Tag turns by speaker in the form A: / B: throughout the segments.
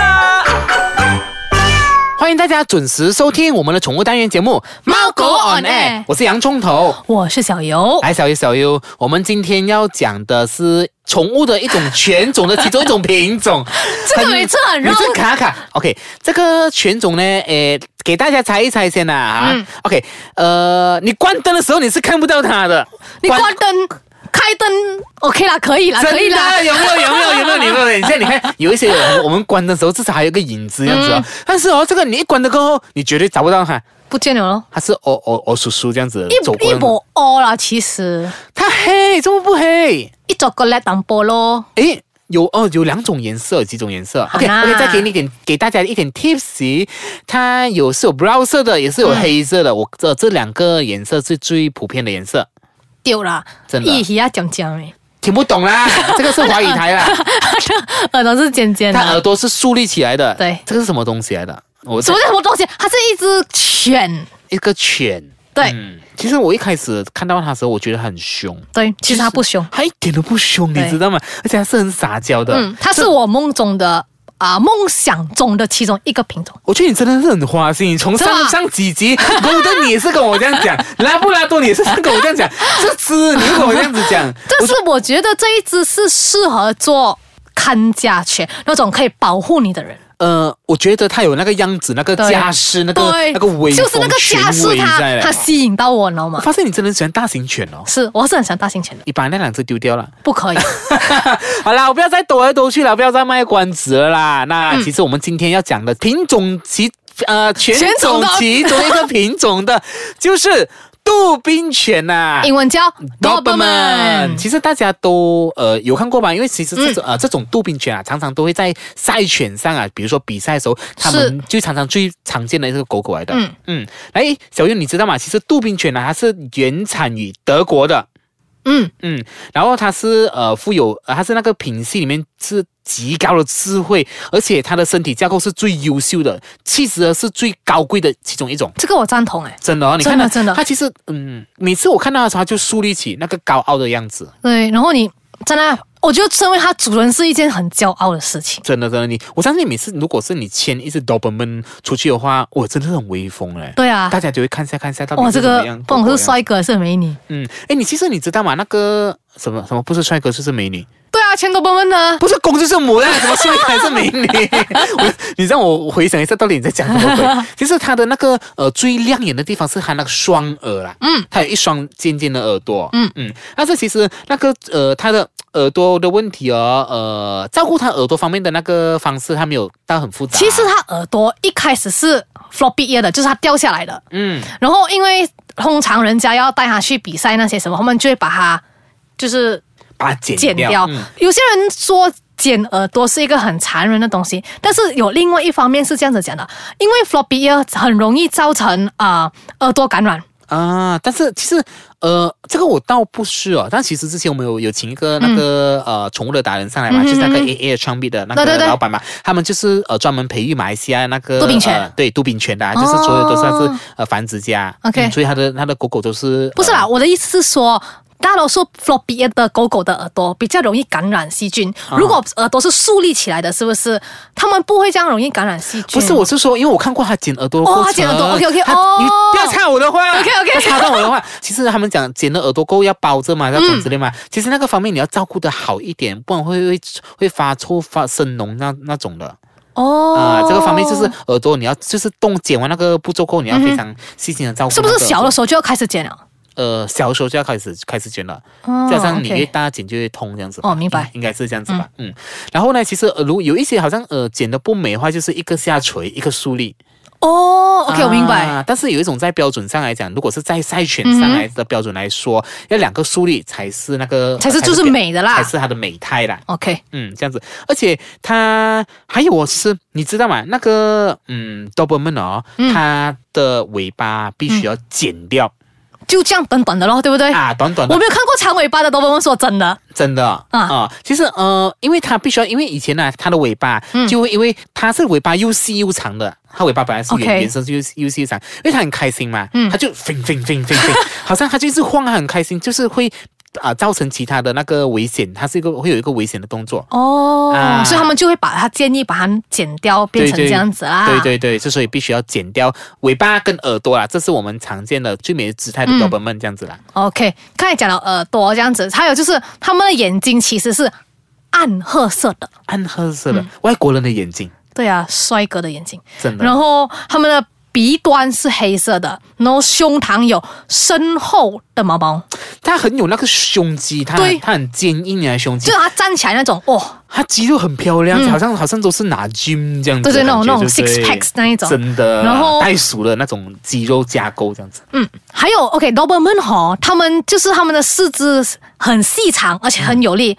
A: 啊。
B: 欢迎大家准时收听我们的宠物单元节目《
C: 猫狗 on air
B: 我是洋葱头。
C: 我是小游。
B: 来，小优小优，我们今天要讲的是宠物的一种犬种的其中一种品种。
C: 这个每次很
B: 每
C: 绕
B: 次卡卡。OK，这个犬种呢，诶，给大家猜一猜先啦、啊。
C: 嗯
B: OK，呃，你关灯的时候你是看不到它的。
C: 你关灯、开灯，OK 啦，可以啦，
B: 真
C: 可以啦
B: 的。啊有没有有没有 有没有你有没有？你现在你看有一些人，我们关的时候至少还有个影子这样子
C: 嗯
B: 哦。但是哦，这个你一关了过后，你绝对找不到它，
C: 不见了咯，
B: 它是哦哦哦叔叔这样子走
C: 一
B: 过
C: 一
B: 来。
C: 抹哦啦，其实
B: 它黑，这么不黑？
C: 一做个来当波咯。
B: 诶，有哦，有两种颜色，几种颜色。OK，OK，、
C: 啊
B: 再给你一点，给大家一点 tips。它有是有 brown 色的，也是有黑色
C: 嗯
B: 的。我这这两个颜色是最普遍的颜色。
C: 丢啦，
B: 真的
C: 一起啊讲讲诶，
B: 听不懂 啦，这个是华语台啦。
C: 耳朵啊是尖尖的
B: 它。耳朵是竖立起来的。
C: 对
B: 这个是什么东西来的？我
C: 什么叫什么东西？它是一只犬。
B: 一个犬。
C: 对、
B: 嗯，其实我一开始看到它的时候，我觉得很凶。
C: 对，其实它不凶。
B: 它一点都不凶，你
C: 对
B: 知道吗？而且它是很撒娇的。
C: 嗯，它是我梦中的啊、梦想中的其中一个品种。
B: 我觉得你真的是很花心。从
C: 是
B: 上
C: 吧
B: 上几集， 狗的你也是跟我这样讲，拉布拉多你也是跟我这样讲，这只你又跟我这样子讲，
C: 但是我觉得这一只是适合做看家犬，那种可以保护你的人。
B: 呃，我觉得它有那个样子，那个
C: 对
B: 架势，那个
C: 对，
B: 那个威风，
C: 就是那个家
B: 权
C: 世
B: 威
C: 它，
B: 在
C: 它
B: 嘞
C: 吸引到我，你知道
B: 我
C: 吗？
B: 发现你真的喜欢大型犬哦，
C: 是，我是很喜欢大型犬的，
B: 你把那两只丢掉了。
C: 不可以。
B: 啊好啦，我不要再躲来躲去了，不要再卖关子了啦。
C: 嗯
B: 那其实我们今天要讲的品种其呃犬
C: 犬
B: 种
C: 种的
B: 其中一个品种的，就是杜宾犬啊呐、
C: 英文叫
B: Doberman，
C: Doberman，
B: 其实大家都呃有看过吧？因为其实这种、呃这种杜宾犬啊，常常都会在赛犬上啊，比如说比赛的时候，他们就常常最常见的一个狗狗来的。嗯
C: 嗯
B: 嗯，哎，小月你知道吗？其实杜宾犬啊呢、它是原产于德国的。
C: 嗯，
B: 嗯，然后它是呃富有，呃它是那个品系里面是极高的智慧，而且它的身体架构是最优秀的，气质啊是最高贵的其中一种。
C: 这个我赞同哎。
B: 真的哦，你看它，
C: 真的真的
B: 它其实嗯，每次我看到它的时候，它就树立起那个高傲的样子。
C: 对，然后你在那，我觉得身为它主人是一件很骄傲的事情。
B: 真的，真的，你我相信每次如果是你牵一只 Doberman 出去的话，我真的是很威风哎、
C: 对啊
B: 大，家就会看一下看一下到
C: 哇，
B: 底
C: 这
B: 是怎
C: 个
B: 么样。
C: 不管是帅哥还是美女，
B: 嗯，哎，你其实你知道吗？那个什么什么不是帅哥就是美女，
C: 对啊，全国奔奔呢。
B: 不是公就是母啊，什么帅哥还是美女？我你让我回想一下，到底你在讲什么 鬼？其实它的那个呃最亮眼的地方是它那个双耳啦，嗯，它有一双尖尖的耳朵，嗯嗯，但是其实那个呃它的耳朵的问题哦，呃照顾它耳朵方面的那个方式，它没有到很复杂。
C: 其实它耳朵一开始是 floppy ear 的，就是它掉下来的。
B: 嗯。
C: 然后因为通常人家要带它去比赛那些什么，他们就会把它就是
B: 把它剪
C: 剪掉。
B: 嗯
C: 有些人说剪耳朵是一个很残忍的东西，但是有另外一方面是这样子讲的，因为 floppy ear 很容易造成啊、耳朵感染。
B: 啊，但是其实呃，这个我倒不是哦。但其实之前我们有有请一个那个、
C: 嗯
B: 呃宠物的达人上来嘛，就是那个 A A 创立的那
C: 对
B: 个
C: 对对
B: 老板嘛，他们就是呃专门培育马来西亚那个
C: 杜宾犬哦
B: 呃对杜宾犬的、啊，就是所有都是它是呃繁殖家。
C: OK
B: 所以他的他的狗狗都是
C: 不是
B: 呃
C: 啦，我的意思是说。大多数 floppy ear 的狗狗的耳朵比较容易感染细菌，如果
B: 啊
C: 耳朵是竖立起来的，是不是它们不会这样容易感染细
B: 不
C: 菌？
B: 是，我是说，因为我看过他剪耳朵的
C: 嗯哦
B: 过程。
C: 他剪耳朵，OK，OK，
B: 他
C: 哦
B: 你不要插我的话
C: OK，OK
B: 不要插到我的话。其实他们讲剪了耳朵后要包着
C: 嗯
B: 嘛，要怎样之类嘛。其实那个方面你要照顾的好一点，不然会会会发臭、发生脓那那种的
C: 哦、
B: 啊、这个方面就是耳朵你要就是动剪完那个步骤后，你要非常细心的照顾。
C: 嗯是不是小的？时候就要开始剪了？
B: 呃，小的时候就要开始开始剪了。
C: 哦
B: 加上你越
C: OK
B: 大剪就越痛这样子吧
C: 哦明白
B: 应应该是这样子吧，嗯。然后呢，其实呃，如有一些好像呃剪的不美的话，就是一个下垂，一个竖立，
C: 哦，OK，、我明白。
B: 啊但是有一种在标准上来讲，如果是在赛犬上来的标准来说，要两个树立才是那个
C: 才是就是美的啦
B: 才是它的美态啦。
C: OK，
B: 嗯，这样子，而且它还有哦，是你知道吗？那个嗯，Doberman 哦，它的尾巴必须要剪掉，
C: 就这样短短的咯，对不对？
B: 啊，短短的
C: 哎我没有看过长尾巴的，多伯伯说真的，
B: 真的啊、其实呃，因为它必须要，因为以前呢、它的尾巴、
C: 嗯
B: 就会因为它是尾巴又细又长的，它尾巴本来是
C: OK 嗯
B: 原原生是又又细又长，因为它很开心嘛，它就飞飞飞飞 飞，好像它就是晃，它啊很开心，就是会啊、造成其他的那个危险，它是一个会有一个危险的动作。
C: 哦，
B: 啊
C: 所以他们就会把它建议把它剪掉，变成
B: 对对
C: 这样子啊啦。
B: 对对对，之所以必须要剪掉尾巴跟耳朵啦，这是我们常见的最美姿态的
C: 嗯
B: d o b e r m a n 这样子啦。
C: OK，刚才讲了耳朵这样子，还有就是他们的眼睛其实是暗褐色的，
B: 暗褐色
C: 嗯
B: 的、外国人的眼睛，
C: 对啊，帅哥的眼睛。
B: 真的
C: 然后他们的鼻端是黑色的，然后胸膛有深厚的毛毛，
B: 它很有那个胸肌，它
C: 对
B: 很它很坚硬啊，胸肌
C: 就是。他站起来那种哦，
B: 它肌肉很漂亮，好像好像都是拿 gym 这样子的感觉，
C: 嗯对对那种那种
B: 对不对
C: six packs 那一种
B: 真的，
C: 然后
B: 袋鼠的那种肌肉架构这样子，
C: 嗯，还有 OK d o b e r m a n 哈，他们就是他们的四肢很细长，而且很有力。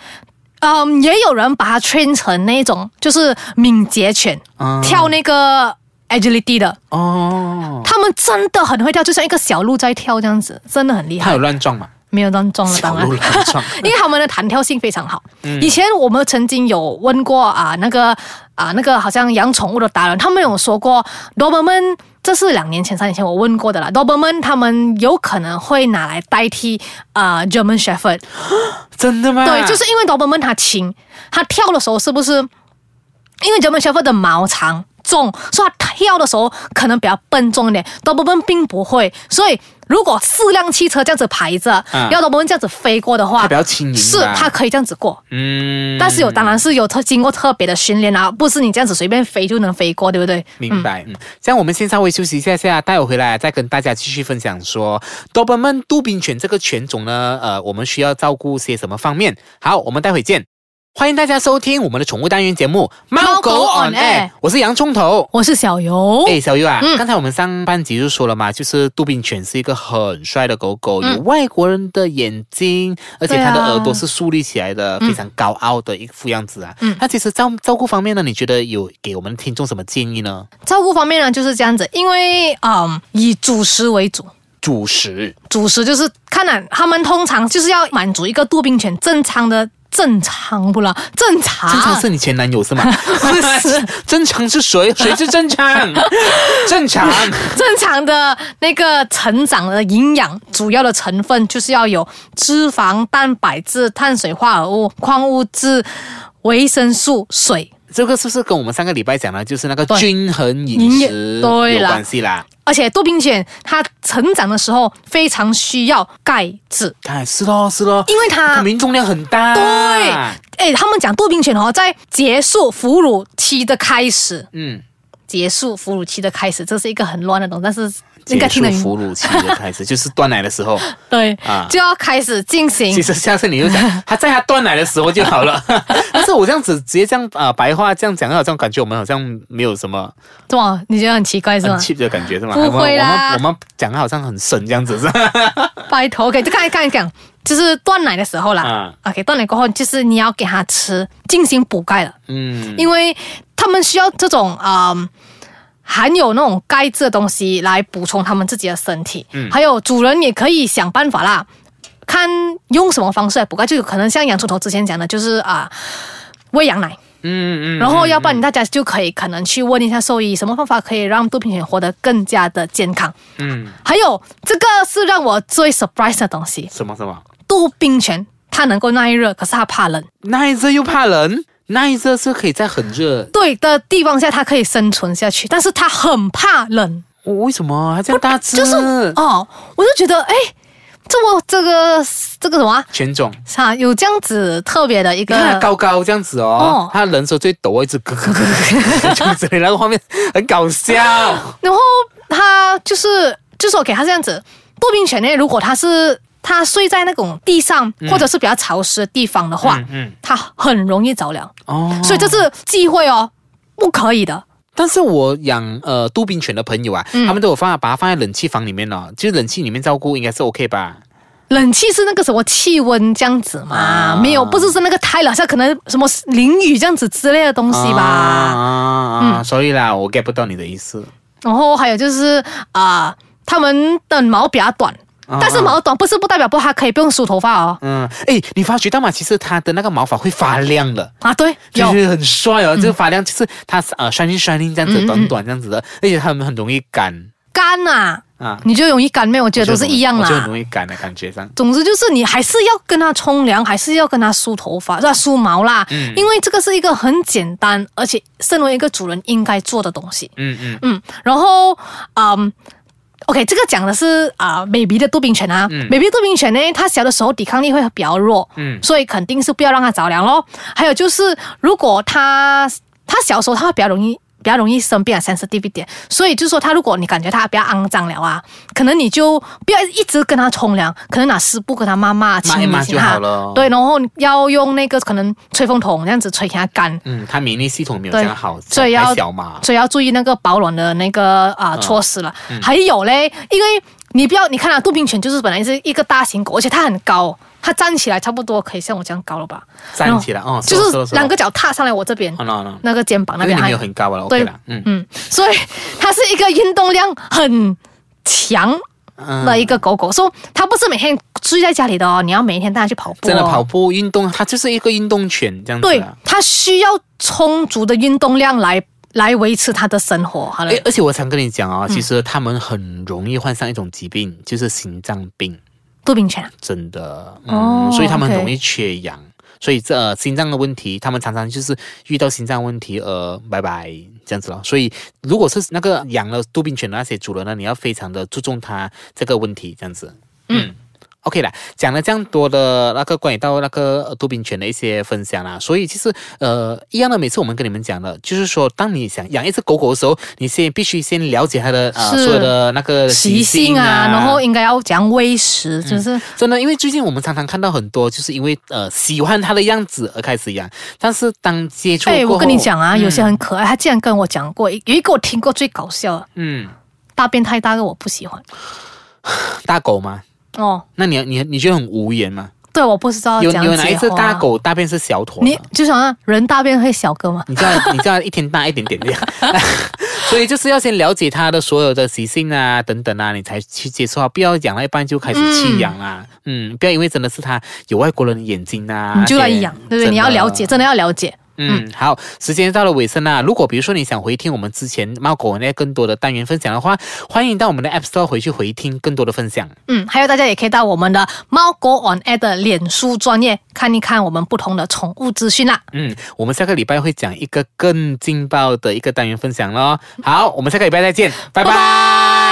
C: 嗯，也有人把它 train 成那种就是敏捷犬，
B: 嗯
C: 跳那个 agility 的，
B: 哦，
C: 他们真的很会跳，就像一个小鹿在跳这样子，真的很厉
B: 它
C: 害。
B: 有乱撞嘛？
C: 没有当中了，
B: 小
C: 哦当然
B: 鹿。嗯乱 撞，
C: 因为他们的弹跳性非常好。以前我们曾经有问过啊，那个啊，那个好像养宠物的达人，他们有说过 d o b e r m a n 这是两年前、三年前我问过的啦。d o b e r m a n 他们有可能会拿来代替啊、German Shepherd，
B: 真的吗？
C: 对，就是因为 d o b e r m a n 它轻，它跳的时候是不是？因为 German Shepherd 的毛长重，所以它跳的时候可能比较笨重一点。d o b e r m a n 并不会，所以如果四辆汽车这样子排着，
B: 嗯
C: 要 d o b e r m a n 这样子飞过的话，
B: 它比较轻盈吧，
C: 是它可以这样子过，
B: 嗯，
C: 但是有当然是有特经过特别的训练啊，不是你这样子随便飞就能飞过，对不对？
B: 明白，嗯，这样我们先稍微休息一下下，待会回来再跟大家继续分享说，多巴胺杜宾犬这个犬种呢，呃，我们需要照顾些什么方面？好，我们待会见。欢迎大家收听我们的宠物单元节目《猫狗
C: 狗 on
B: on air
C: air》，
B: 我是洋葱头。
C: 我是小游，
B: 哎，小优啊，
C: 嗯
B: 刚才我们上半集就说了嘛，就是杜宾犬是一个很帅的狗狗，有外国人的眼睛，而且它的
C: 嗯对啊
B: 耳朵是竖立起来的，非常高傲的一副样子啊。
C: 嗯
B: 那其实照照顾方面呢，你觉得有给我们听众什么建议呢？
C: 照顾方面呢就是这样子，因为嗯以主食为主。
B: 主食，
C: 主食就是看来他们通常就是要满足一个杜宾犬正常的正常不啦，正常
B: 正常是你前男友是 吗？正常是谁？谁是正常？ 正常。
C: 正常的那个成长的营养主要的成分就是要有脂肪、蛋白质、碳水化合物、矿物质、维生素、水。
B: 这个是不是跟我们上个礼拜讲的，就是那个
C: 对
B: 均衡饮
C: 营
B: 食
C: 养对
B: 有
C: 啦
B: 关系啦？
C: 而且杜宾犬它成长的时候非常需要钙质，
B: 哎，是咯是咯，
C: 因为它
B: 它们重量很大。
C: 对，哎，他们讲杜宾犬哦，在结束哺乳期的开始，
B: 嗯，
C: 结束哺乳期的开始，这是一个很乱的东西，但是应该
B: 结束
C: 听得明
B: 哺乳期的 开始，就是断奶的时候。
C: 对，
B: 啊
C: 就要开始进行
B: 其。实下次你就 讲，他在他断奶的时候就好了。但是我这样子直接这样啊、呃白话这样讲，好像感觉我们好像没有什么
C: 哇，你觉得很奇怪是
B: 很
C: 吗？
B: cheap 的感觉是吗？
C: 不会啦
B: 我们我们我们讲的好像很深这样子是吧？
C: 拜托，OK，就刚才刚才讲，就是断奶的时候
B: 啊
C: 啦。OK，断奶过后，就是你要给它吃进行补钙了，
B: 嗯。
C: 因为他们需要这种啊、嗯含有那种钙质的东西来补充他们自己的身体。嗯，还有主人也可以想办法啦，看用什么方式来补钙，就有可能像洋葱头之前讲的，就是啊、喂羊奶。
B: 嗯嗯，
C: 然后，要不然大家就可以可能去问一下兽医，什么方法可以让杜宾犬活得更加的健康。
B: 嗯，
C: 还有这个是让我最 surprise 的东西，
B: 什么什么
C: 杜宾犬它能够耐热，可是它怕冷。
B: 耐热又怕冷，耐热是可以在很热，
C: 对的地方下它可以生存下去，但是它很怕冷。
B: 我为什么还这样大只？
C: 就是哦，我就觉得哎，这么这个这个什么啊
B: 犬种，
C: 啥、有这样子特别的一
B: 你看它
C: 个。
B: 高高这样子哦
C: 呃哦，
B: 它人手最抖，一直 咯咯咯咯，这样子，那个画面很搞笑。
C: 然后它就是就是我给它这样子，杜宾犬呢，如果它是它睡在那种地上、或者是比较潮湿的地方的话，
B: 嗯嗯
C: 它很容易着凉，
B: 哦，
C: 所以这是忌讳哦，不可以的。
B: 但是我养呃杜宾犬的朋友啊，
C: 嗯
B: 他们都有放把它放在冷气房里面哦，就是冷气里面照顾应该是 OK 吧？
C: 冷气是那个什么气温这样子嘛，
B: 啊
C: 没有，不是是那个太冷，像可能什么淋雨这样子之类的东西吧。嗯
B: 啊，所以啦，我 get 不到你的意思。
C: 然后还有就是啊、他们的毛比较短，但是毛短不是不代表不，它可以不用梳头发哦。
B: 嗯，哎，你发觉到吗？其实它的那个毛发会发亮的。
C: 啊，对，
B: 就
C: 有
B: 是很帅
C: 嗯
B: 哦，这个发亮就是它呃 shining shining 这样子，短短这样子的，而且它们很容易干
C: 干呐、
B: 啊，
C: 你就容易干咩？我觉得都是一样
B: 我就很
C: 啦。
B: 容易干的感觉上。
C: 总之就是你还是要跟它冲凉，还是要跟它梳头发，是吧？梳毛啦，
B: 嗯
C: 因为这个是一个很简单，而且身为一个主人应该做的东西。
B: 嗯嗯
C: 嗯，然后嗯。OK，这个讲的是啊、baby 的杜宾犬啊、
B: 嗯
C: b a b y 杜宾犬呢，它小的时候抵抗力会比较弱，
B: 嗯
C: 所以肯定是不要让它着凉咯。还有就是，如果它它小时候它会比较容易比较容易生病啊，sensitive 一点，所以就是说它如果你感觉它比较肮脏了啊，可能你就不要一直跟它冲凉，可能拿湿布跟它抹抹清
B: 抹一抹
C: 一
B: 就
C: 下
B: 好了
C: 对，然后要用那个可能吹风筒这样子吹给它干。
B: 嗯，它免疫力系统没有这
C: 对
B: 样好，
C: 所以
B: 还
C: 要哦
B: 小嘛。嗯
C: 所以要注意那个保暖的那个啊、措施了。还有嘞，因为你不要你看啊，杜宾犬就是本来是一个大型狗，而且它很高，它站起来差不多可以像我这样高了吧？
B: 站起来哦，是
C: 就
B: 咯
C: 是两个，脚踏上来我这边，
B: 哦 no no，
C: 那个肩膀那
B: 因为
C: 边
B: 你
C: 还
B: 没有很高了，OK
C: 对
B: 啦，嗯
C: 嗯，所以它是一个运动量很强。
B: 嗯
C: 的一个狗狗，所以它不是每天睡在家里的哦，你要每一天带它去跑步、哦。
B: 真的跑步运动，它就是一个运动犬这样子啊
C: 对
B: 啦。，
C: 它需要充足的运动量来来维持它的生活。好了
B: 哎，，而且我常跟你讲哦，
C: 嗯
B: 其实它们很容易患上一种疾病，就是心脏病，
C: 杜宾犬啊
B: 真的，
C: 哦
B: 嗯，所以它们很
C: OK
B: 容易缺氧。所以这、呃、心脏的问题，他们常常就是遇到心脏问题，呃，拜拜这样子咯。所以如果是那个养了杜宾犬的那些主人呢，你要非常的注重它这个问题，这样子。嗯 OK 啦，讲了这样多的那个关于到那个呃杜宾犬的一些分享啦，所以其实呃一样的，每次我们跟你们讲的，就是说，当你想养一只狗狗的时候，你先必须先了解它的呃
C: 是
B: 所有的那个
C: 习性
B: 性嗯
C: 啊，然后应该要讲喂食，就是
B: 真的，因为最近我们常常看到很多，就是因为呃喜欢它的样子而开始养，但是当接触
C: 哎、
B: 过后，嗯
C: 我跟你讲啊，有些很可爱，他竟然跟我讲过，有一个我听过最搞笑的，
B: 嗯，
C: 大便太大个我不喜欢
B: 大狗嘛，
C: 哦。
B: 那你你你觉得很无言吗？
C: 对，我不知道
B: 有
C: 怎样
B: 有哪一
C: 解
B: 只
C: 惑啊
B: 大？狗大便是小坨的？
C: 你就想啊，人大便会小个吗？
B: 你知道，你知道一天大一点点这 样，所以就是要先了解它的所有的习性啊，等等啊，你才去接触啊，不要养到一半就开始弃养啦。嗯不要因为真的是它有外国人的眼睛啊，
C: 你就来
B: 而且
C: 养，对不
B: 真
C: 对？
B: 的
C: 你要了解，真的要了解。
B: 嗯，好，时间到了尾声啦。如果比如说你想回听我们之前猫狗那更多的单元分享的话，欢迎到我们的 App Store 回去回听更多的分享。
C: 嗯，还有大家也可以到我们的猫狗 on air 的脸书专业看一看我们不同的宠物资讯啦。
B: 嗯，我们下个礼拜会讲一个更劲爆的一个单元分享咯。好，我们下个礼拜再见，拜拜。